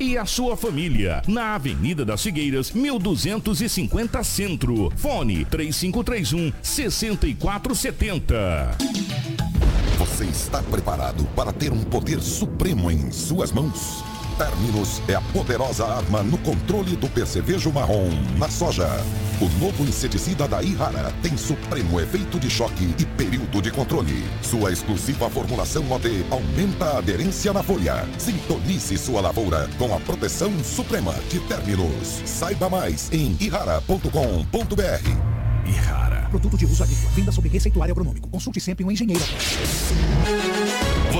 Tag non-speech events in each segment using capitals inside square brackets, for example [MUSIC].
e a sua família na Avenida das Figueiras, 1250 Centro. Fone 3531 6470. Você está preparado para ter um poder supremo em suas mãos? Terminus é a poderosa arma no controle do percevejo marrom na soja. O novo inseticida da Ihara tem supremo efeito de choque e período de controle. Sua exclusiva formulação OD aumenta a aderência na folha. Sintonize sua lavoura com a proteção suprema de Terminus. Saiba mais em ihara.com.br. Ihara. Produto de uso agrícola. Venda sob receituário agronômico. Consulte sempre um engenheiro.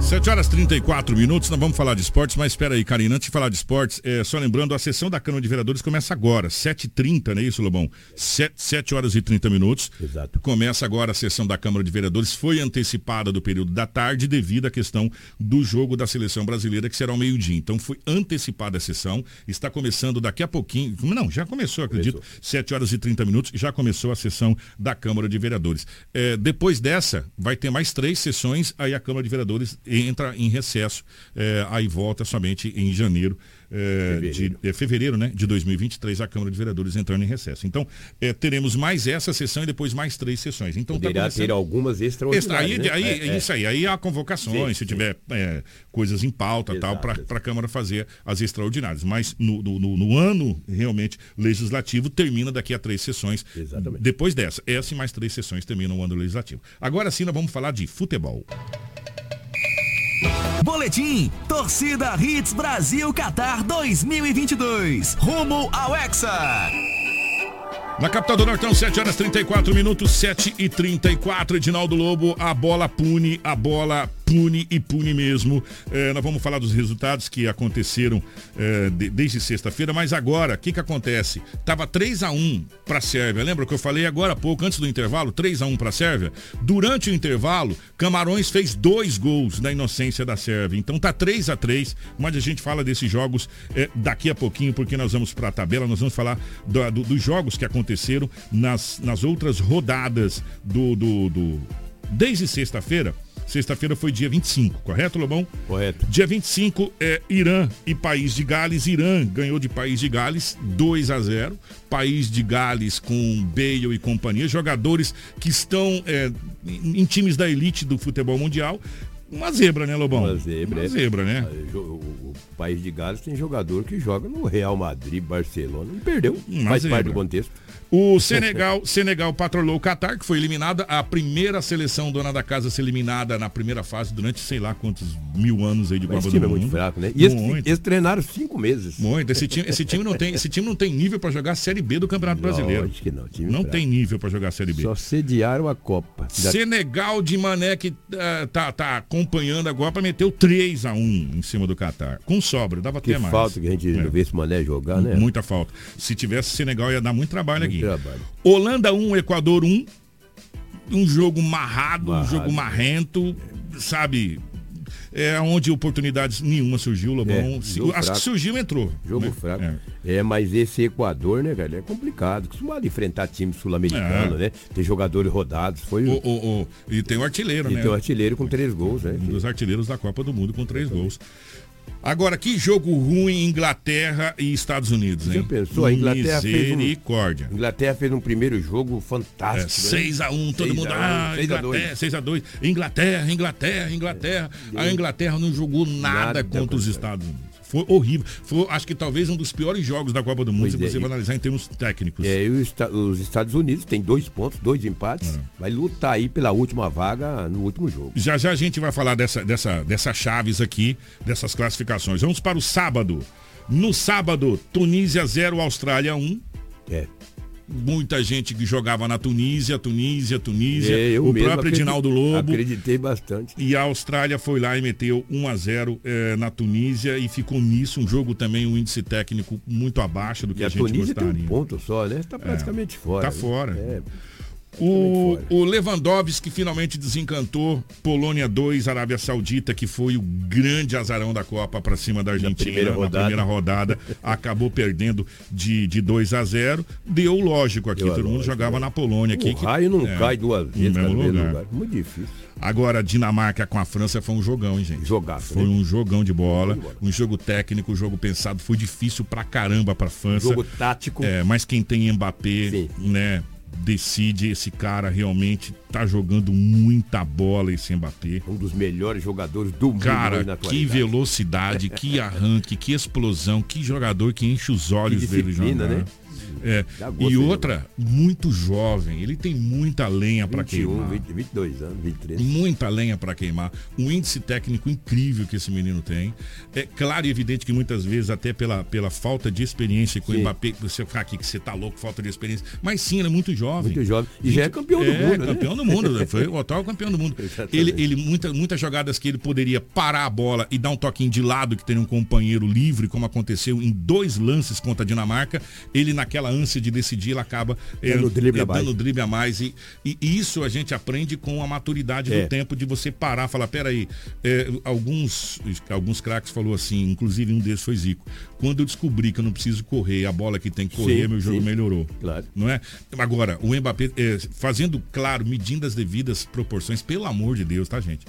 7 horas 34 minutos, nós vamos falar de esportes, mas espera aí, Karina, antes de falar de esportes, é, só lembrando, a sessão da Câmara de Vereadores começa agora, 7h30, não é isso, Lobão? 7, 7 horas e 30 minutos. Exato. Começa agora a sessão da Câmara de Vereadores, foi antecipada do período da tarde devido à questão do jogo da seleção brasileira, que será ao meio-dia. Então foi antecipada a sessão, está começando daqui a pouquinho, não, já começou, acredito, começou. 7 horas e 30 minutos, já começou a sessão da Câmara de Vereadores. É, depois dessa, vai ter mais três sessões, aí a Câmara de Vereadores entra em recesso, eh, aí volta somente em janeiro, eh, fevereiro. de eh, fevereiro, né, de 2023, a Câmara de Vereadores entrando em recesso. Então, teremos mais essa sessão e depois mais três sessões. Então, Poderá começando- ter algumas extraordinárias. Aí, né? aí, É, é, é. isso aí. Aí há convocações, se tiver é, coisas em pauta tal, para a Câmara fazer as extraordinárias. Mas no, no- no- no ano, realmente, legislativo termina daqui a três sessões. Exatamente. Depois dessa, essa e mais três sessões terminam o ano legislativo. Agora sim, nós vamos falar de futebol. Boletim Torcida Hits Brasil Qatar 2022. Rumo ao Hexa. Na capital do Nortão, 7 horas 34 minutos, 7 e 34. Edinaldo Lobo, a bola pune, a bola pune e pune mesmo. É, nós vamos falar dos resultados que aconteceram é, de- desde sexta-feira, mas agora, o que, que acontece? Tava 3 a 1 para a Sérvia. Lembra que eu falei agora há pouco, antes do intervalo, 3 a 1 para a Sérvia? Durante o intervalo, Camarões fez dois gols da inocência da Sérvia. Então tá 3 a 3 mas a gente fala desses jogos é, daqui a pouquinho, porque nós vamos para a tabela, nós vamos falar da- do- dos jogos que aconteceram nas, nas outras rodadas do. do, do- desde sexta-feira. Sexta-feira foi dia 25, correto, Lobão? Correto. Dia 25 é Irã e País de Gales. Irã ganhou de País de Gales 2 a 0. País de Gales com Bale e companhia, jogadores que estão é, em em times da elite do futebol mundial. Uma zebra, né, Lobão? Uma zebra, Uma é. zebra, né? O, o- o país de Gales tem jogador que joga no Real Madrid, Barcelona. E perdeu. Uma Faz zebra. parte do contexto. O Senegal, Senegal patrolou o Catar, que foi eliminada. A primeira seleção dona da casa a ser eliminada na primeira fase durante sei lá quantos mil anos aí de Mas Copa esse do time Mundo. é muito fraco, né? E esse- Muito. eles treinaram cinco meses. Muito. Esse time, esse time não tem, esse time não tem nível para jogar a Série B do Campeonato Brasileiro. Lógico que não. Time Não fraco. tem nível para jogar a Série B. Só sediaram a Copa. Já- Senegal de Mané que ah, tá, tá acompanhando agora para meteu 3 a 1 em cima do Catar. Com sobra, dava Que até mais. falta que a gente É. não vê esse mané jogar, né? Muita falta. Se tivesse Senegal ia dar muito trabalho aqui. trabalho. Holanda 1, Equador 1. Um jogo marrado, um Marrado. jogo marrento, sabe? É onde oportunidades nenhuma surgiu, Lobão. É, Se- jogo As que fraco. surgiu entrou. Jogo né? fraco. É. É. mas esse Equador, né, velho, é complicado. Costumado enfrentar time sul-americano, É. né? Tem jogadores rodados. Foi O, o- o- e tem o artilheiro, e né? tem um artilheiro com três gols, né? Um dos artilheiros da Copa do Mundo com três gols. Agora, que jogo ruim Inglaterra e Estados Unidos, Já hein? pensou? A Inglaterra fez um- Misericórdia. A Inglaterra fez um primeiro jogo É, fantástico. né? 6x1, todo Seis mundo. a um, Ah, seis a Inglaterra, dois. 6x2. Inglaterra, Inglaterra, Inglaterra. A Inglaterra não jogou nada, É. Nada contra contra os ela. Estados Unidos. Foi horrível. Foi, acho que talvez um dos piores jogos da Copa do Mundo, Pois se é, você e- for analisar em termos técnicos. É, e os, Esta- os Estados Unidos tem dois pontos, dois empates. Hum. Vai lutar aí pela última vaga no último jogo. Já já a gente vai falar dessa, dessa, dessas chaves aqui, dessas classificações. Vamos para o sábado. No sábado, Tunísia 0, Austrália 1. É. Muita gente que jogava na Tunísia, Tunísia, Tunísia. É, o mesmo próprio acredi- Edinaldo Lobo. Acreditei bastante. E a Austrália foi lá e meteu 1 a 0 eh, na Tunísia e ficou nisso. Um jogo também, um índice técnico muito abaixo do que E a, a gente Tunísia tem gostaria. É. um ponto só, né? Tá praticamente fora. Tá né? fora. É. O, o Lewandowski finalmente desencantou Polônia 2, Arábia Saudita, que foi o grande azarão da Copa para cima da Argentina primeira rodada. primeira rodada. acabou perdendo de, de 2 a 0. Deu lógico aqui, Deu a todo mundo lógico, jogava na Polônia aqui. O que- raio não é, cai duas no vezes, mesmo cada vez no lugar. lugar. Muito difícil. Agora, Dinamarca com a França foi um jogão, hein, gente? Jogaço, Foi né? um jogão de bola, um jogo técnico, um jogo pensado. Foi difícil pra caramba pra França. Jogo tático. É, mas quem tem Mbappé, Sim. né, decide. Esse cara realmente tá jogando muita bola, esse Mbappé. Um dos melhores jogadores do mundo hoje na Cara, que atualidade. [LAUGHS] velocidade, que arranque, que explosão, que jogador que enche os olhos Que dele disciplina, jogar. né? É, Dá gosto e de outra, muito jovem, ele tem muita lenha pra queimar. 21, 20, 22 anos, 23. Muita lenha para queimar, um índice técnico incrível que esse menino tem. É claro e evidente que muitas vezes, até pela, pela falta de experiência com o Sim. Mbappé, você fica aqui que você tá louco, falta de experiência. Mas sim, ele é muito jovem. Muito jovem. E já é campeão do mundo, né? campeão do mundo, né? Foi o atual campeão do [LAUGHS] mundo. Exatamente. Ele, ele muita, muitas jogadas que ele poderia parar a bola e dar um toquinho de lado, que teria um companheiro livre, como aconteceu em dois lances contra a Dinamarca, ele naquela ânsia de decidir, ele acaba eh, Dando drible eh, a mais. dando drible a mais. E, e isso a gente aprende com a maturidade do É. tempo de você parar, falar, peraí, eh, alguns, alguns craques falou assim, inclusive um deles foi Zico, quando eu descobri que eu não preciso correr, a bola que tem que correr, é Sim, meu jogo sim. melhorou. Claro. Não é? Agora, o Mbappé, é, fazendo, claro, medindo as devidas proporções, pelo amor de Deus, tá, gente?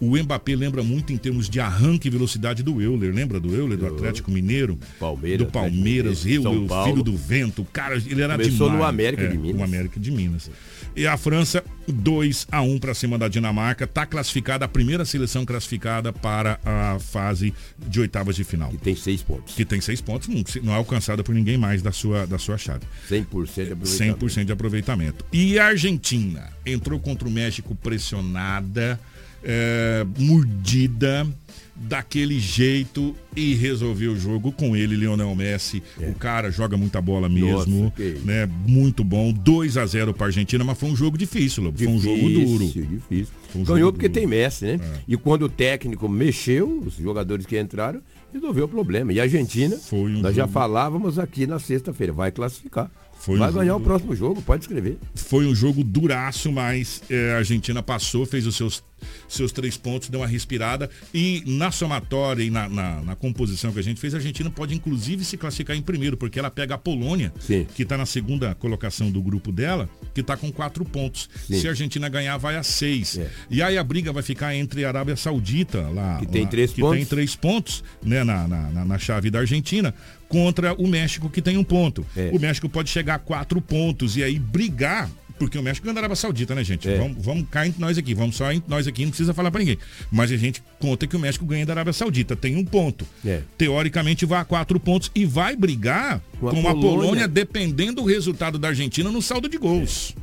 O Mbappé lembra muito em termos de arranque e velocidade do Euler. Lembra do Euler, do Atlético Mineiro? Palmeiras, Do Palmeiras, Euler, Atlético Mineiro, São o Paulo. filho do vento. O cara, ele era Começou demais. no América É, de Minas. o América de Minas. E a França, 2 a 1 para cima da Dinamarca. Tá classificada, a primeira seleção classificada para a fase de oitavas de final. E tem seis pontos. Que tem seis pontos, não- não é alcançada por ninguém mais da sua, da sua chave. 100% de aproveitamento. 100% de aproveitamento. E a Argentina entrou contra o México pressionada, é, mordida, daquele jeito e resolveu o jogo com ele, Lionel Messi. O cara joga muita bola mesmo, É. que isso. né? Muito bom. 2 a 0 para Argentina, mas foi um jogo difícil, Lobo. foi um jogo duro. Difícil, difícil. um jogo Ganhou porque duro. É. tem Messi, né? E quando o técnico mexeu, os jogadores que entraram, resolveu o problema. E a Argentina, Foi um nós já jogo- falávamos aqui na sexta-feira, vai classificar. Foi vai um ganhar jogo- o próximo jogo, pode escrever. Foi um jogo duraço, mas é, a Argentina passou, fez os seus, seus três pontos, deu uma respirada. E na somatória e na, na- na composição que a gente fez, a Argentina pode inclusive se classificar em primeiro, porque ela pega a Polônia, Sim. que está na segunda colocação do grupo dela, que está com quatro pontos. Sim. Se a Argentina ganhar, vai a seis. É. E aí a briga vai ficar entre a Arábia Saudita, lá, Que tem lá- três que pontos. tem três pontos né, na, na, na- na chave da Argentina, contra o México, que tem um ponto. É. O México pode chegar a quatro pontos e aí brigar. Porque o México é da Arábia Saudita, né, gente? É. Vamos, vamos cá entre nós aqui, vamos só entre nós aqui, não precisa falar pra ninguém. Mas a gente conta que o México ganha da Arábia Saudita, tem um ponto. É. Teoricamente vai a quatro pontos e vai brigar com Com a, a Polônia. Polônia, dependendo do resultado da Argentina no saldo de gols.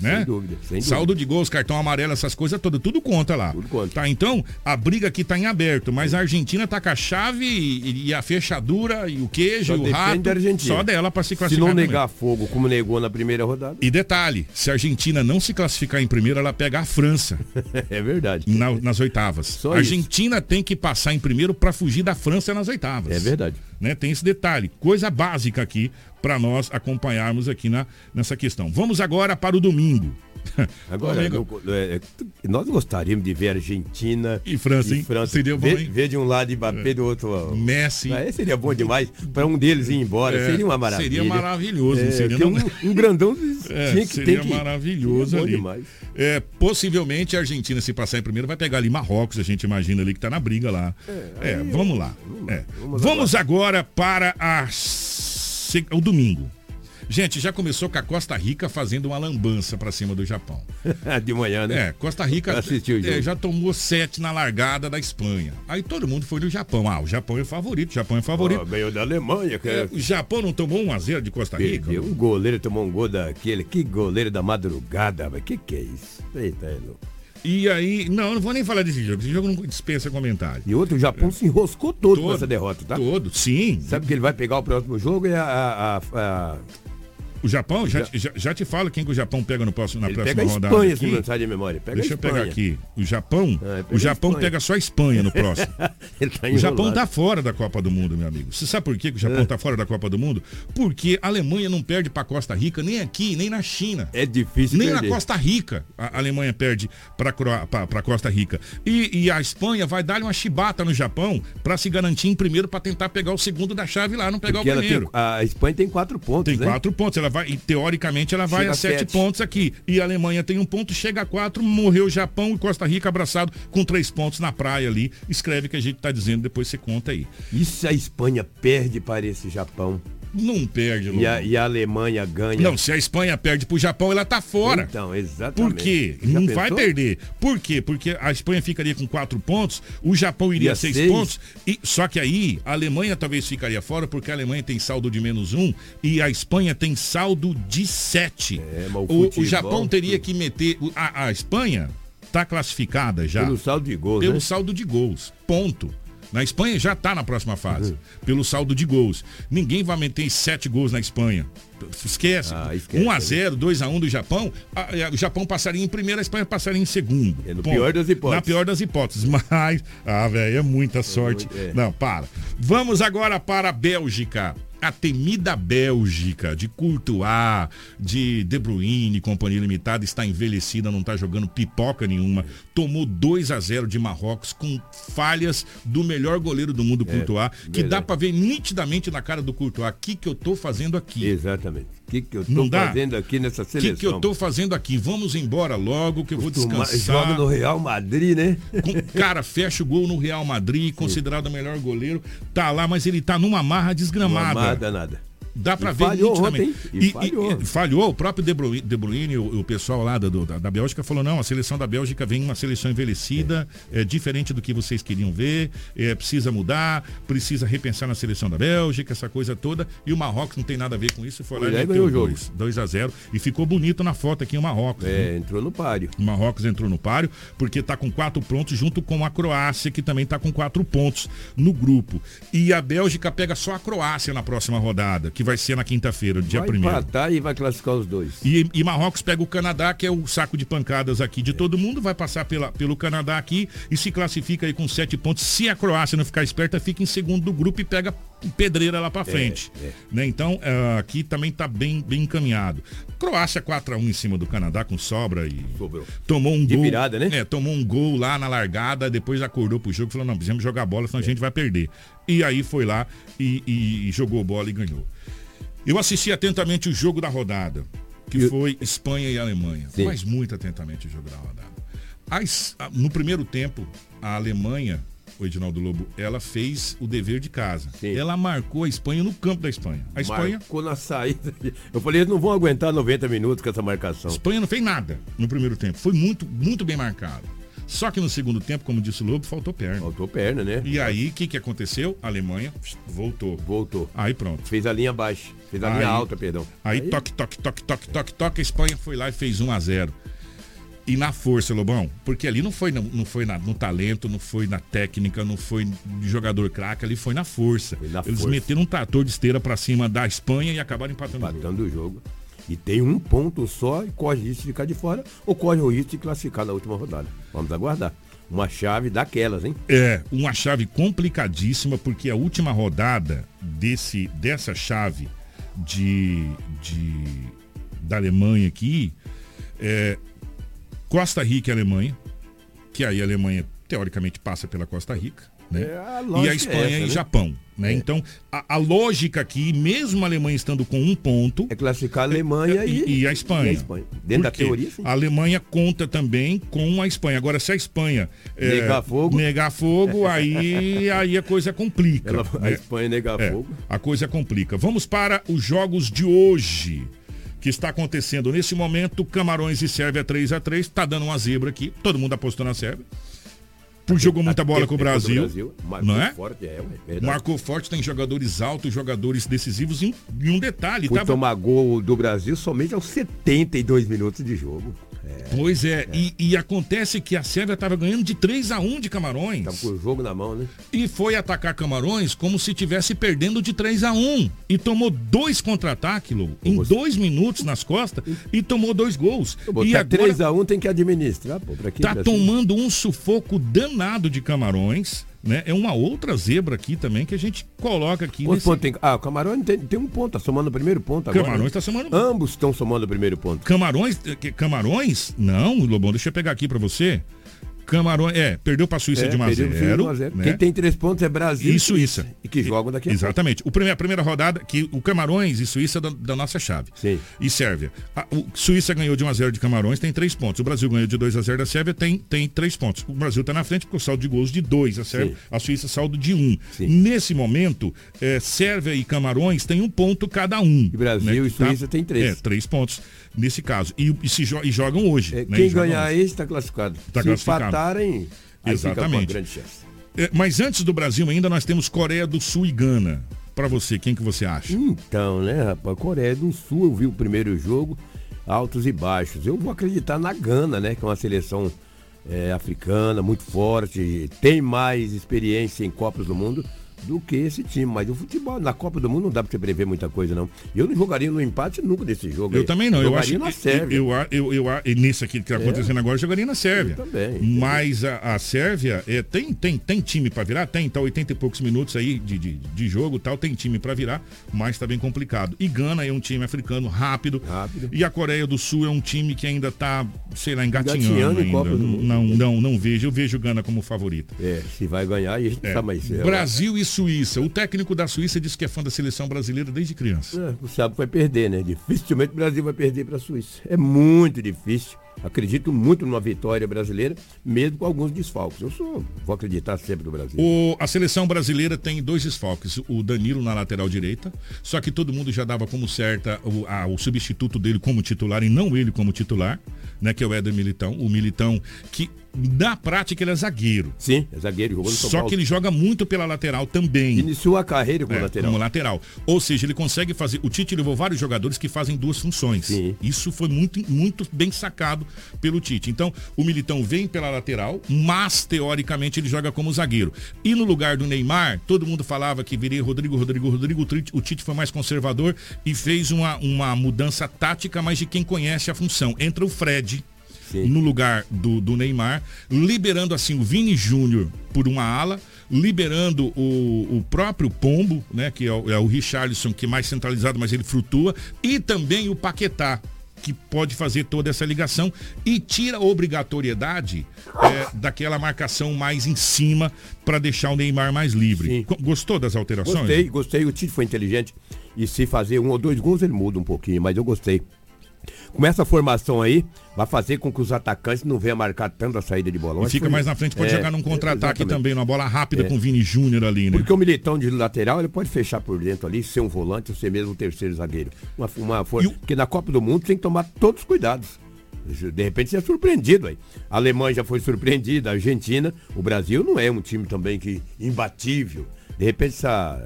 Né? É. Sem dúvida, sem dúvida. Saldo de gols, cartão amarelo, essas coisas todas, tudo conta lá. Tudo conta. Tá, então, a briga aqui tá em aberto, mas a Argentina tá com a chave e, e a fechadura e o queijo, Só e o depende rato, da Argentina. só dela pra se Se classificar. não também. negar fogo, como negou na primeira rodada, [LAUGHS] E detalhe, se a Argentina não se classificar em primeiro, ela pega a França [LAUGHS] é verdade. na- nas oitavas. Só A isso. Argentina tem que passar em primeiro pra fugir da França nas oitavas. É verdade. Né? Tem esse detalhe, coisa básica aqui pra nós acompanharmos aqui na, nessa questão. Vamos agora para o domingo. [LAUGHS] Agora, Domingo. eu- é, é, nós gostaríamos de ver Argentina E França, hein? Seria bom, ver, hein? É. ver de um lado Mbappé, do outro. ó, Messi. Aí seria bom demais para um deles ir embora. É, seria uma maravilha. seria maravilhoso, não É, seria, porque não? um, um grandão [LAUGHS] É, tinha que seria ter que- maravilhoso seria bom ali. demais. [LAUGHS] É, possivelmente a Argentina, se passar em primeiro, vai pegar ali Marrocos, a gente imagina ali que tá na briga lá. É, vamos lá. É. Vamos, agora. para a se- o domingo. Gente, já começou com a Costa Rica fazendo uma lambança pra cima do Japão. de manhã, né? É, Costa Rica [LAUGHS] Assistiu o é, jogo. já tomou sete na largada da Espanha. Aí todo mundo foi no Japão. Ah, o Japão é favorito, o Japão é favorito. Ó, ganhou da Alemanha, que É, o Japão não tomou 1 a 0 de Costa Rica? perdeu. O goleiro tomou um gol daquele. Que goleiro da madrugada, mas que que é isso? Eita, é louco. E aí, não, não vou nem falar desse jogo. Esse jogo não dispensa comentário. E outro, o Japão se enroscou todo, com É. Todo, essa derrota, tá? Todo, sim. Sabe que ele vai pegar o próximo jogo e a, a, a- a- O Japão, já, já, já te falo quem que o Japão pega no próximo, na Ele próxima pega a rodada. Espanha, se aqui. não sai de memória. Pega Deixa a eu pegar Espanha. aqui. O Japão, Ah, pega o Japão a Espanha. pega só a Espanha no próximo. [LAUGHS] Ele tá O Japão enrolado. tá fora da Copa do Mundo, meu amigo. Você sabe por que que o Japão É. tá fora da Copa do Mundo? Porque a Alemanha não perde pra Costa Rica nem aqui, nem na China. É difícil tá Nem perder. na Costa Rica a Alemanha perde para Costa Rica. E, e a Espanha vai dar uma chibata no Japão para se garantir em primeiro para tentar pegar o segundo da chave lá, não pegar Porque o ela primeiro. tem, a Espanha tem quatro pontos, Tem né? quatro pontos, ela vai, e teoricamente ela vai Chega a a sete, sete. pontos aqui. E a Alemanha tem um ponto, chega a quatro, morreu o Japão e Costa Rica abraçado com três pontos na praia ali. Escreve o que a gente tá dizendo, depois você conta aí. E se a Espanha perde para esse Japão Não perde, Lobão. e a, e a Alemanha ganha? Hum. Não, se a Espanha perde pro Japão, ela tá fora. Então, Por exatamente. quê? Já Não vai pensou? perder. Por quê? Porque a Espanha ficaria com quatro pontos, o Japão iria Ia seis, seis. pontos, e, só que aí a Alemanha talvez ficaria fora, porque a Alemanha tem saldo de menos um e a Espanha tem saldo de sete. É, mas o o, o futebol- Japão teria que meter. o- A, a Espanha está classificada já Pelo saldo de gols, pelo né? saldo de gols. Ponto. Na Espanha já está na próxima fase, Uhum. pelo saldo de gols. Ninguém vai meter sete gols na Espanha. Esquece. Ah, esquece. 1 a 0 2 a 1 do Japão. a- a- o Japão passaria em primeiro, a Espanha passaria em segundo. É no pior das hipóteses. Na pior das hipóteses. [LAUGHS] Mas, ah, velho, é muita sorte. muito- é. Não, para. Vamos agora para a Bélgica. A temida Bélgica de Courtois, de De Bruyne, Companhia Limitada, está envelhecida, não está jogando pipoca nenhuma. Tomou 2 a 0 de Marrocos com falhas do melhor goleiro do É, mundo, Courtois, que dá melhor. para ver nitidamente na cara do Courtois, o que, que eu tô fazendo aqui? Exatamente. O que, que eu Não tô dá? fazendo aqui nessa O seleção? que, que eu tô fazendo aqui? Vamos embora logo que eu vou Toma- descansar. Joga no Real Madrid, né? Com- cara, fecha o gol no Real Madrid, considerado o melhor goleiro, tá lá, mas ele tá numa marra desgramada. Nada, nada. Dá pra E ver falhou nitidamente. ontem, e falhou. falhou. O próprio De Bruyne, De Bruyne, o, o pessoal lá da, do- da, da Bélgica falou, não, a seleção da Bélgica vem uma seleção envelhecida, é, diferente do que vocês queriam ver, é, precisa mudar, precisa repensar na seleção da Bélgica, essa coisa toda. E o Marrocos não tem nada a ver com isso, foi lá Foi lá e e é, ganhou o jogo. 2 a 0 E ficou bonito na foto aqui o Marrocos. né? É, entrou no páreo. O Marrocos entrou no páreo porque está com quatro pontos junto com a Croácia, que também está com quatro pontos no grupo. E a Bélgica pega só a Croácia na próxima rodada, que vai ser na quinta-feira, dia vai primeiro. empatar e vai classificar os dois. E, e Marrocos pega o Canadá, que é o saco de pancadas aqui de todo mundo, vai passar pela, pelo Canadá aqui e se classifica aí com sete pontos. Se a Croácia não ficar esperta, fica em segundo do grupo e pega pedreira lá É, pra frente. Né? Então, ah, aqui também tá bem, bem encaminhado. Croácia 4 a 1 em cima do Canadá, com sobra e. Sobrou. Tomou um De gol. virada, né? É, tomou um gol lá na largada, depois acordou pro jogo e falou, não, precisamos jogar bola, É. senão a gente vai perder. E aí foi lá e, e- e jogou bola e ganhou. Eu assisti atentamente o jogo da rodada, que E o- foi Espanha e Alemanha. Sim. Mas muito atentamente o jogo da rodada. As- a- no primeiro tempo, a Alemanha, o Edinaldo Lobo, ela fez o dever de casa. Sim. Ela marcou a Espanha no campo da Espanha. A Espanha Marcou na saída. Eu falei, eles não vão aguentar 90 minutos com essa marcação. Espanha não fez nada no primeiro tempo. Foi muito, muito bem marcado. Só que no segundo tempo, como disse o Lobo, faltou perna. Faltou perna, né? E aí, o que, que aconteceu? A Alemanha pss, voltou. Voltou. Aí pronto. Fez a linha baixa. Fez a Aí- linha alta, perdão. Aí toque, toque, toque, toque, toque, toque. A Espanha foi lá e fez 1 a 0 E na força, Lobão. Porque ali não foi, na- não, foi na- no talento, não foi na técnica, não foi de jogador craque, ali foi na força. na Eles força. meteram um trator de esteira pra cima da Espanha e acabaram empatando. o jogo. Empatando o jogo. E tem um ponto só e corre o risco de ficar de fora ou corre o risco de classificar na última rodada. Vamos aguardar. Uma chave daquelas, hein? É, uma chave complicadíssima, porque a última rodada desse, dessa chave de, de- da Alemanha aqui é Costa Rica e Alemanha, que aí a Alemanha teoricamente passa pela Costa Rica, né? É, a e lógica a é Espanha essa, e né? Japão, né? Então, a, a lógica aqui, mesmo a Alemanha estando com um ponto, É classificar a Alemanha e, e, a Espanha. e a Espanha. Dentro da Por quê? teoria, sim. A Alemanha conta também com a Espanha. Agora, se a Espanha eh, Negar fogo. negar [LAUGHS] fogo, aí, aí a coisa complica. Ela- a né? Espanha nega É, fogo. a coisa complica. Vamos para os jogos de hoje. Que está acontecendo nesse momento, Camarões e Sérvia 3 a 3 Tá dando uma zebra aqui. Todo mundo apostou na Sérvia. Porque jogou muita bola Até- com o até Brasil. Marcou não é? forte, é, ué, verdade. Marcou forte, tem jogadores altos, jogadores decisivos. E um, e um detalhe, Foi tava- tomar gol do Brasil somente aos 72 minutos de jogo. Pois é, E, e acontece que a Sérvia estava ganhando de 3 a 1 de Camarões Tava com o jogo na mão, né? e foi atacar Camarões como se tivesse perdendo de 3 a 1 e tomou dois contra-ataques, Lou, em Você- dois minutos nas costas e tomou dois gols. E e a agora 3x1 tem que administrar, pô. Pra que tá pra- tomando um sufoco danado de Camarões, né? É uma outra zebra aqui também que a gente coloca aqui Quantos nesse... pontos tem? Ah, o Camarões tem, tem um ponto, tá somando o primeiro ponto agora. Camarões né? tá somando- Ambos estão somando o primeiro ponto. Camarões, eh, que- Camarões? Não, Lobão, deixa eu pegar aqui pra você. Camarões, é, perdeu pra Suíça de 1 a perdeu pro Chile de 1 a 0, 0. né? Quem tem três pontos é Brasil E Suíça. E que jogam daqui a pouco. Exatamente. O prime- a primeira rodada, que o Camarões e Suíça da, da nossa chave. Sim. E Sérvia. A- o Suíça ganhou de 1x0 de Camarões, tem 3 pontos. O Brasil ganhou de 2x0 da Sérvia, tem, tem 3 pontos. O Brasil está na frente porque o saldo de gols de 2. A, Sérvia, Sim. a Suíça saldo de 1. Sim. Nesse momento, é, Sérvia e Camarões têm um ponto cada um. E Brasil e Suíça têm três. É, 3 pontos nesse caso. E, e se jo- e jogam hoje. É, né? E quem jogam ganhar hoje. esse tá classificado. Tá Se classificado. empatarem, aí fica com uma Exatamente. grande chance. É, mas antes do Brasil ainda, nós temos Coreia do Sul e Gana. Pra você, quem que você acha? Então, né, rapaz? Coreia do Sul, eu vi o primeiro jogo, altos e baixos. Eu vou acreditar na Gana, né? Que é uma seleção eh, africana, muito forte, tem mais experiência em Copas do Mundo do que esse time. Mas o futebol, na Copa do Mundo, não dá pra você prever muita coisa, não. Eu não jogaria no empate nunca desse jogo. Eu aí. também não. Eu acho É, jogaria que na Sérvia. É. Eu, eu, eu, eu- e nesse aqui que está acontecendo agora, eu jogaria na Sérvia. Eu também. Mas a, a Sérvia é, tem, tem, tem time para virar, tem, tá 80 e poucos minutos aí de, de, de jogo, e tal, tem time para virar, mas tá bem complicado. E Gana é um time africano rápido. Rápido. E a Coreia do Sul é um time que ainda tá, sei lá, engatinhando. Engatinhando em ainda. Copa do Mundo. Não, não, não vejo. Eu vejo Gana como favorita. É, se vai ganhar, aí a gente É. tá mais. é, Brasil e Suíça. O técnico da Suíça disse que é fã da seleção brasileira desde criança. É, você sabe que vai perder, né? Dificilmente o Brasil vai perder para a Suíça. É muito difícil. Acredito muito numa vitória brasileira, mesmo com alguns desfalques. Eu sou, vou acreditar sempre no Brasil. O- a seleção brasileira tem dois desfalques, o Danilo na lateral direita, só que todo mundo já dava como certa o, a- o substituto dele como titular e não ele como titular, né? Que é o Éder Militão, o Militão que na prática ele é zagueiro, Sim, é zagueiro, jogou no São só Paulo. que ele joga muito pela lateral também. Iniciou a carreira como É, lateral. Como lateral. Ou seja, ele consegue fazer. O Tite levou vários jogadores que fazem duas funções. Sim. Isso foi muito, muito bem sacado pelo Tite. Então, o Militão vem pela lateral, mas teoricamente ele joga como zagueiro. E no lugar do Neymar, todo mundo falava que viria Rodrigo, Rodrigo, Rodrigo. O Tite, o Tite foi mais conservador e fez uma, uma mudança tática, mas de quem conhece a função. Entra o Fred. Sim. No lugar do, do Neymar, liberando assim o Vini Júnior por uma ala, liberando o, o próprio Pombo, né, que é o, é o Richarlison, que é mais centralizado, mas ele flutua, e também o Paquetá, que pode fazer toda essa ligação e tira a obrigatoriedade é, daquela marcação mais em cima para deixar o Neymar mais livre. Sim. Co- Gostou das alterações? Gostei, gostei. O Tite foi inteligente. E se fazer um ou dois gols, ele muda um pouquinho, mas eu gostei. Com essa formação aí, vai fazer com que os atacantes não venham marcar tanto a saída de bola. Eu E acho fica que- mais na frente, pode É, jogar num contra-ataque exatamente. também, numa bola rápida É. com o Vini Júnior ali, né? Porque o militão de lateral, ele pode fechar por dentro ali, ser um volante ou ser mesmo um terceiro zagueiro. Uma, uma E força. o- Porque na Copa do Mundo tem que tomar todos os cuidados. De repente você é surpreendido aí. A Alemanha já foi [LAUGHS] surpreendida, a Argentina. O Brasil não é um time também que imbatível. De repente essa-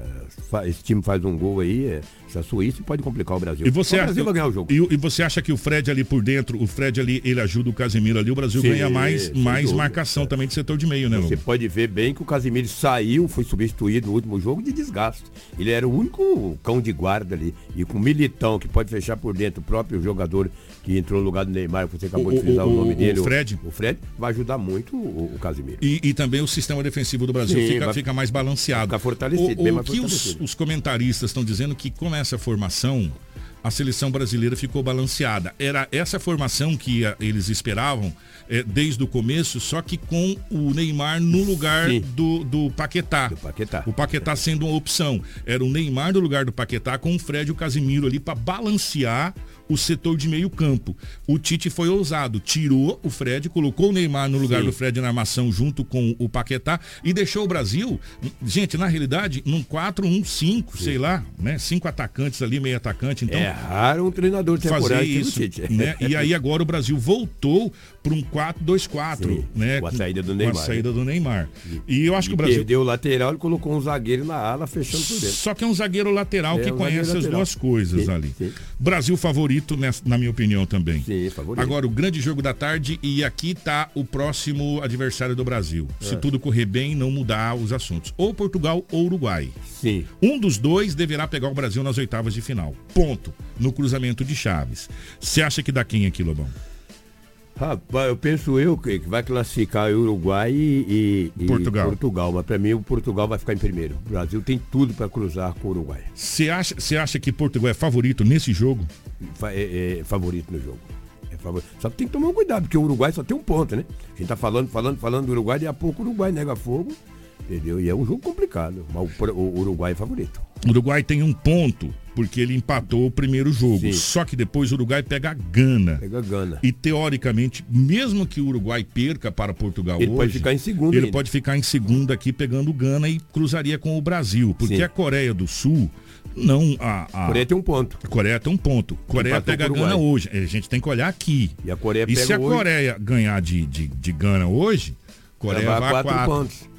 fa- esse time faz um gol aí, é, essa Suíça pode complicar o Brasil. E você, o acha, Brasil vai ganhar o jogo. E, o- e você acha que o Fred ali por dentro, o Fred ali, ele ajuda o Casemiro ali, o Brasil Sim, ganha mais, sem mais dúvida. marcação também de setor de meio, né, Lu? Você pode ver bem que o Casimiro saiu, foi substituído no último jogo de desgaste. Ele era o único cão de guarda ali. E com o Militão, que pode fechar por dentro, o próprio jogador que entrou no lugar do Neymar, que você acabou O- de frisar o- o, o- nome o dele. Fred. O Fred vai ajudar muito o, o Casimiro. E, e também o sistema defensivo do Brasil Sim, fica, vai- fica mais balanceado. Fica fortalecido, o, bem o mais que os, fortalecido. os comentaristas estão dizendo é que com essa formação, a seleção brasileira ficou balanceada. Era essa formação que ah, eles esperavam eh, desde o começo, só que com o Neymar no lugar Sim. do, do Paquetá. Do Paquetá. O Paquetá sendo uma opção. Era o Neymar no lugar do Paquetá com o Fred e o Casimiro ali para balancear o setor de meio campo. O Tite foi ousado, tirou o Fred, colocou o Neymar no lugar Sim. do Fred na armação junto com o Paquetá e deixou o Brasil, gente, na realidade, num 4-1-5, sei lá, né? Cinco atacantes ali, meio atacante, então é raro um treinador fazer temporário que isso, Tite. né? E aí agora o Brasil voltou para um 4-2-4, Sim, né? com a saída do Com Neymar, a saída do Neymar. E eu acho [LAUGHS] que o Brasil Perdeu o lateral e colocou um zagueiro na ala, fechando por dentro. Só que é um zagueiro lateral É, que um conhece zagueiro as lateral. duas coisas Sim, ali. sim. Brasil favorito, favorito, nessa- na minha opinião, também. Sim, favorito. Agora, o grande jogo da tarde, e aqui tá o próximo adversário do Brasil. Se Ah. tudo correr bem, não mudar os assuntos. Ou Portugal ou Uruguai. Sim. Um dos dois deverá pegar o Brasil nas oitavas de final. Ponto. No cruzamento de chaves. Você acha que dá quem aqui, Lobão? Rapaz, eu penso eu que que vai classificar o Uruguai e, e- e Portugal. mas para mim o Portugal vai ficar em primeiro. O Brasil tem tudo para cruzar com o Uruguai. Você acha, você acha que Portugal é favorito nesse jogo? Fa- é, é favorito no jogo. É favor- Só que tem que tomar um cuidado, porque o Uruguai só tem um ponto, né? A gente tá falando, falando, falando do Uruguai, e a pouco o Uruguai nega fogo, entendeu? E é um jogo complicado, mas o pro- o Uruguai é favorito. O Uruguai tem um ponto, porque ele empatou o primeiro jogo. Sim. Só que depois o Uruguai pega a Gana. Pega a Gana. E teoricamente, mesmo que o Uruguai perca para Portugal Ele hoje, pode ficar em segundo Ele ainda. pode ficar em segundo aqui pegando o Gana e cruzaria com o Brasil, porque Sim. a Coreia do Sul não a, a- A Coreia tem um ponto. a Coreia tem um ponto. Coreia Empatou pega a com o Uruguai. Gana hoje. É, A gente tem que olhar aqui. E a Coreia E pega se a hoje- Coreia ganhar de, de, de Gana hoje, Coreia Vai vai, a a quatro, quatro. pontos.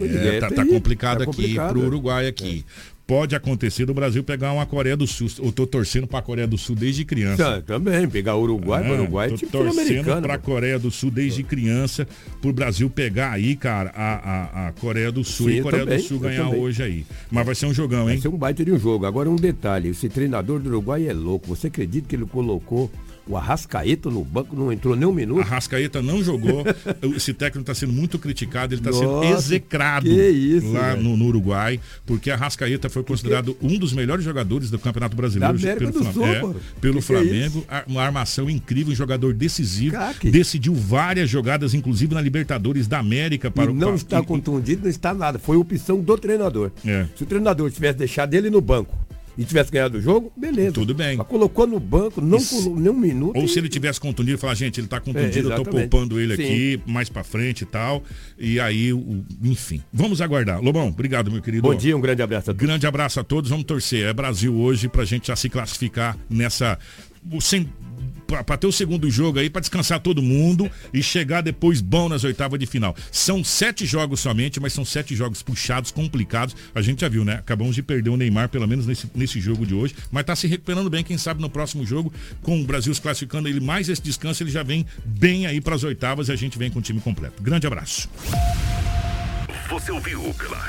É, tá, tá aí, complicado tá aqui complicado, pro é. Uruguai aqui. Pode acontecer do Brasil pegar uma Coreia do Sul. Eu tô torcendo pra Coreia do Sul desde criança. Tá, também, pegar Uruguai, Ah, para Uruguai, Assim. tô tipo torcendo sul-americano. pra Coreia do Sul desde criança, pro Brasil pegar aí, cara, a, a, a Coreia do Sul Sim, e eu Coreia também, do Sul eu ganhar também. hoje aí. Mas vai ser um jogão, Vai hein? ser um baita de um jogo. Agora um detalhe, esse treinador do Uruguai é louco. Você acredita que ele colocou o Arrascaeta no banco, não entrou nem um A minuto? Rascaeta não [LAUGHS] jogou. Esse técnico tá sendo muito criticado, ele tá sendo Nossa, execrado que isso, lá velho. é? no, no Uruguai, porque a Rascaeta foi considerado um dos melhores jogadores do Campeonato Brasileiro Da América pelo, do Sul, Flam- é, pô. pelo Que que é Flamengo. Ar- uma armação incrível, um jogador decisivo. Craque. é Decidiu várias jogadas, inclusive na Libertadores da América. Para e o- não tá pa- está e- contundido, não está nada. Foi opção do treinador. É. Se o treinador tivesse deixado ele no banco e tivesse ganhado o jogo, beleza. Tudo bem. Mas colocou no banco, não E se- colou nem um minuto. Ou e- se ele tivesse contundido, falar, gente, ele tá contundido, eu tô exatamente. poupando ele Sim. aqui, mais pra frente e tal. E aí, o- enfim. Vamos aguardar. Lobão, obrigado, meu querido. Bom dia, um grande abraço a todos. Grande abraço a todos. Vamos torcer. É Brasil hoje pra gente já se classificar nessa. o Sem... pra- Pra ter o segundo jogo aí, pra descansar todo mundo e chegar depois bom nas oitavas de final. São sete jogos somente, mas são sete jogos puxados, complicados. A gente já viu, né? Acabamos de perder o Neymar, pelo menos nesse, nesse jogo de hoje, mas tá se recuperando bem. Quem sabe no próximo jogo, com o Brasil se classificando ele mais esse descanso, ele já vem bem aí pras oitavas e a gente vem com o time completo. Grande abraço. Você ouviu pela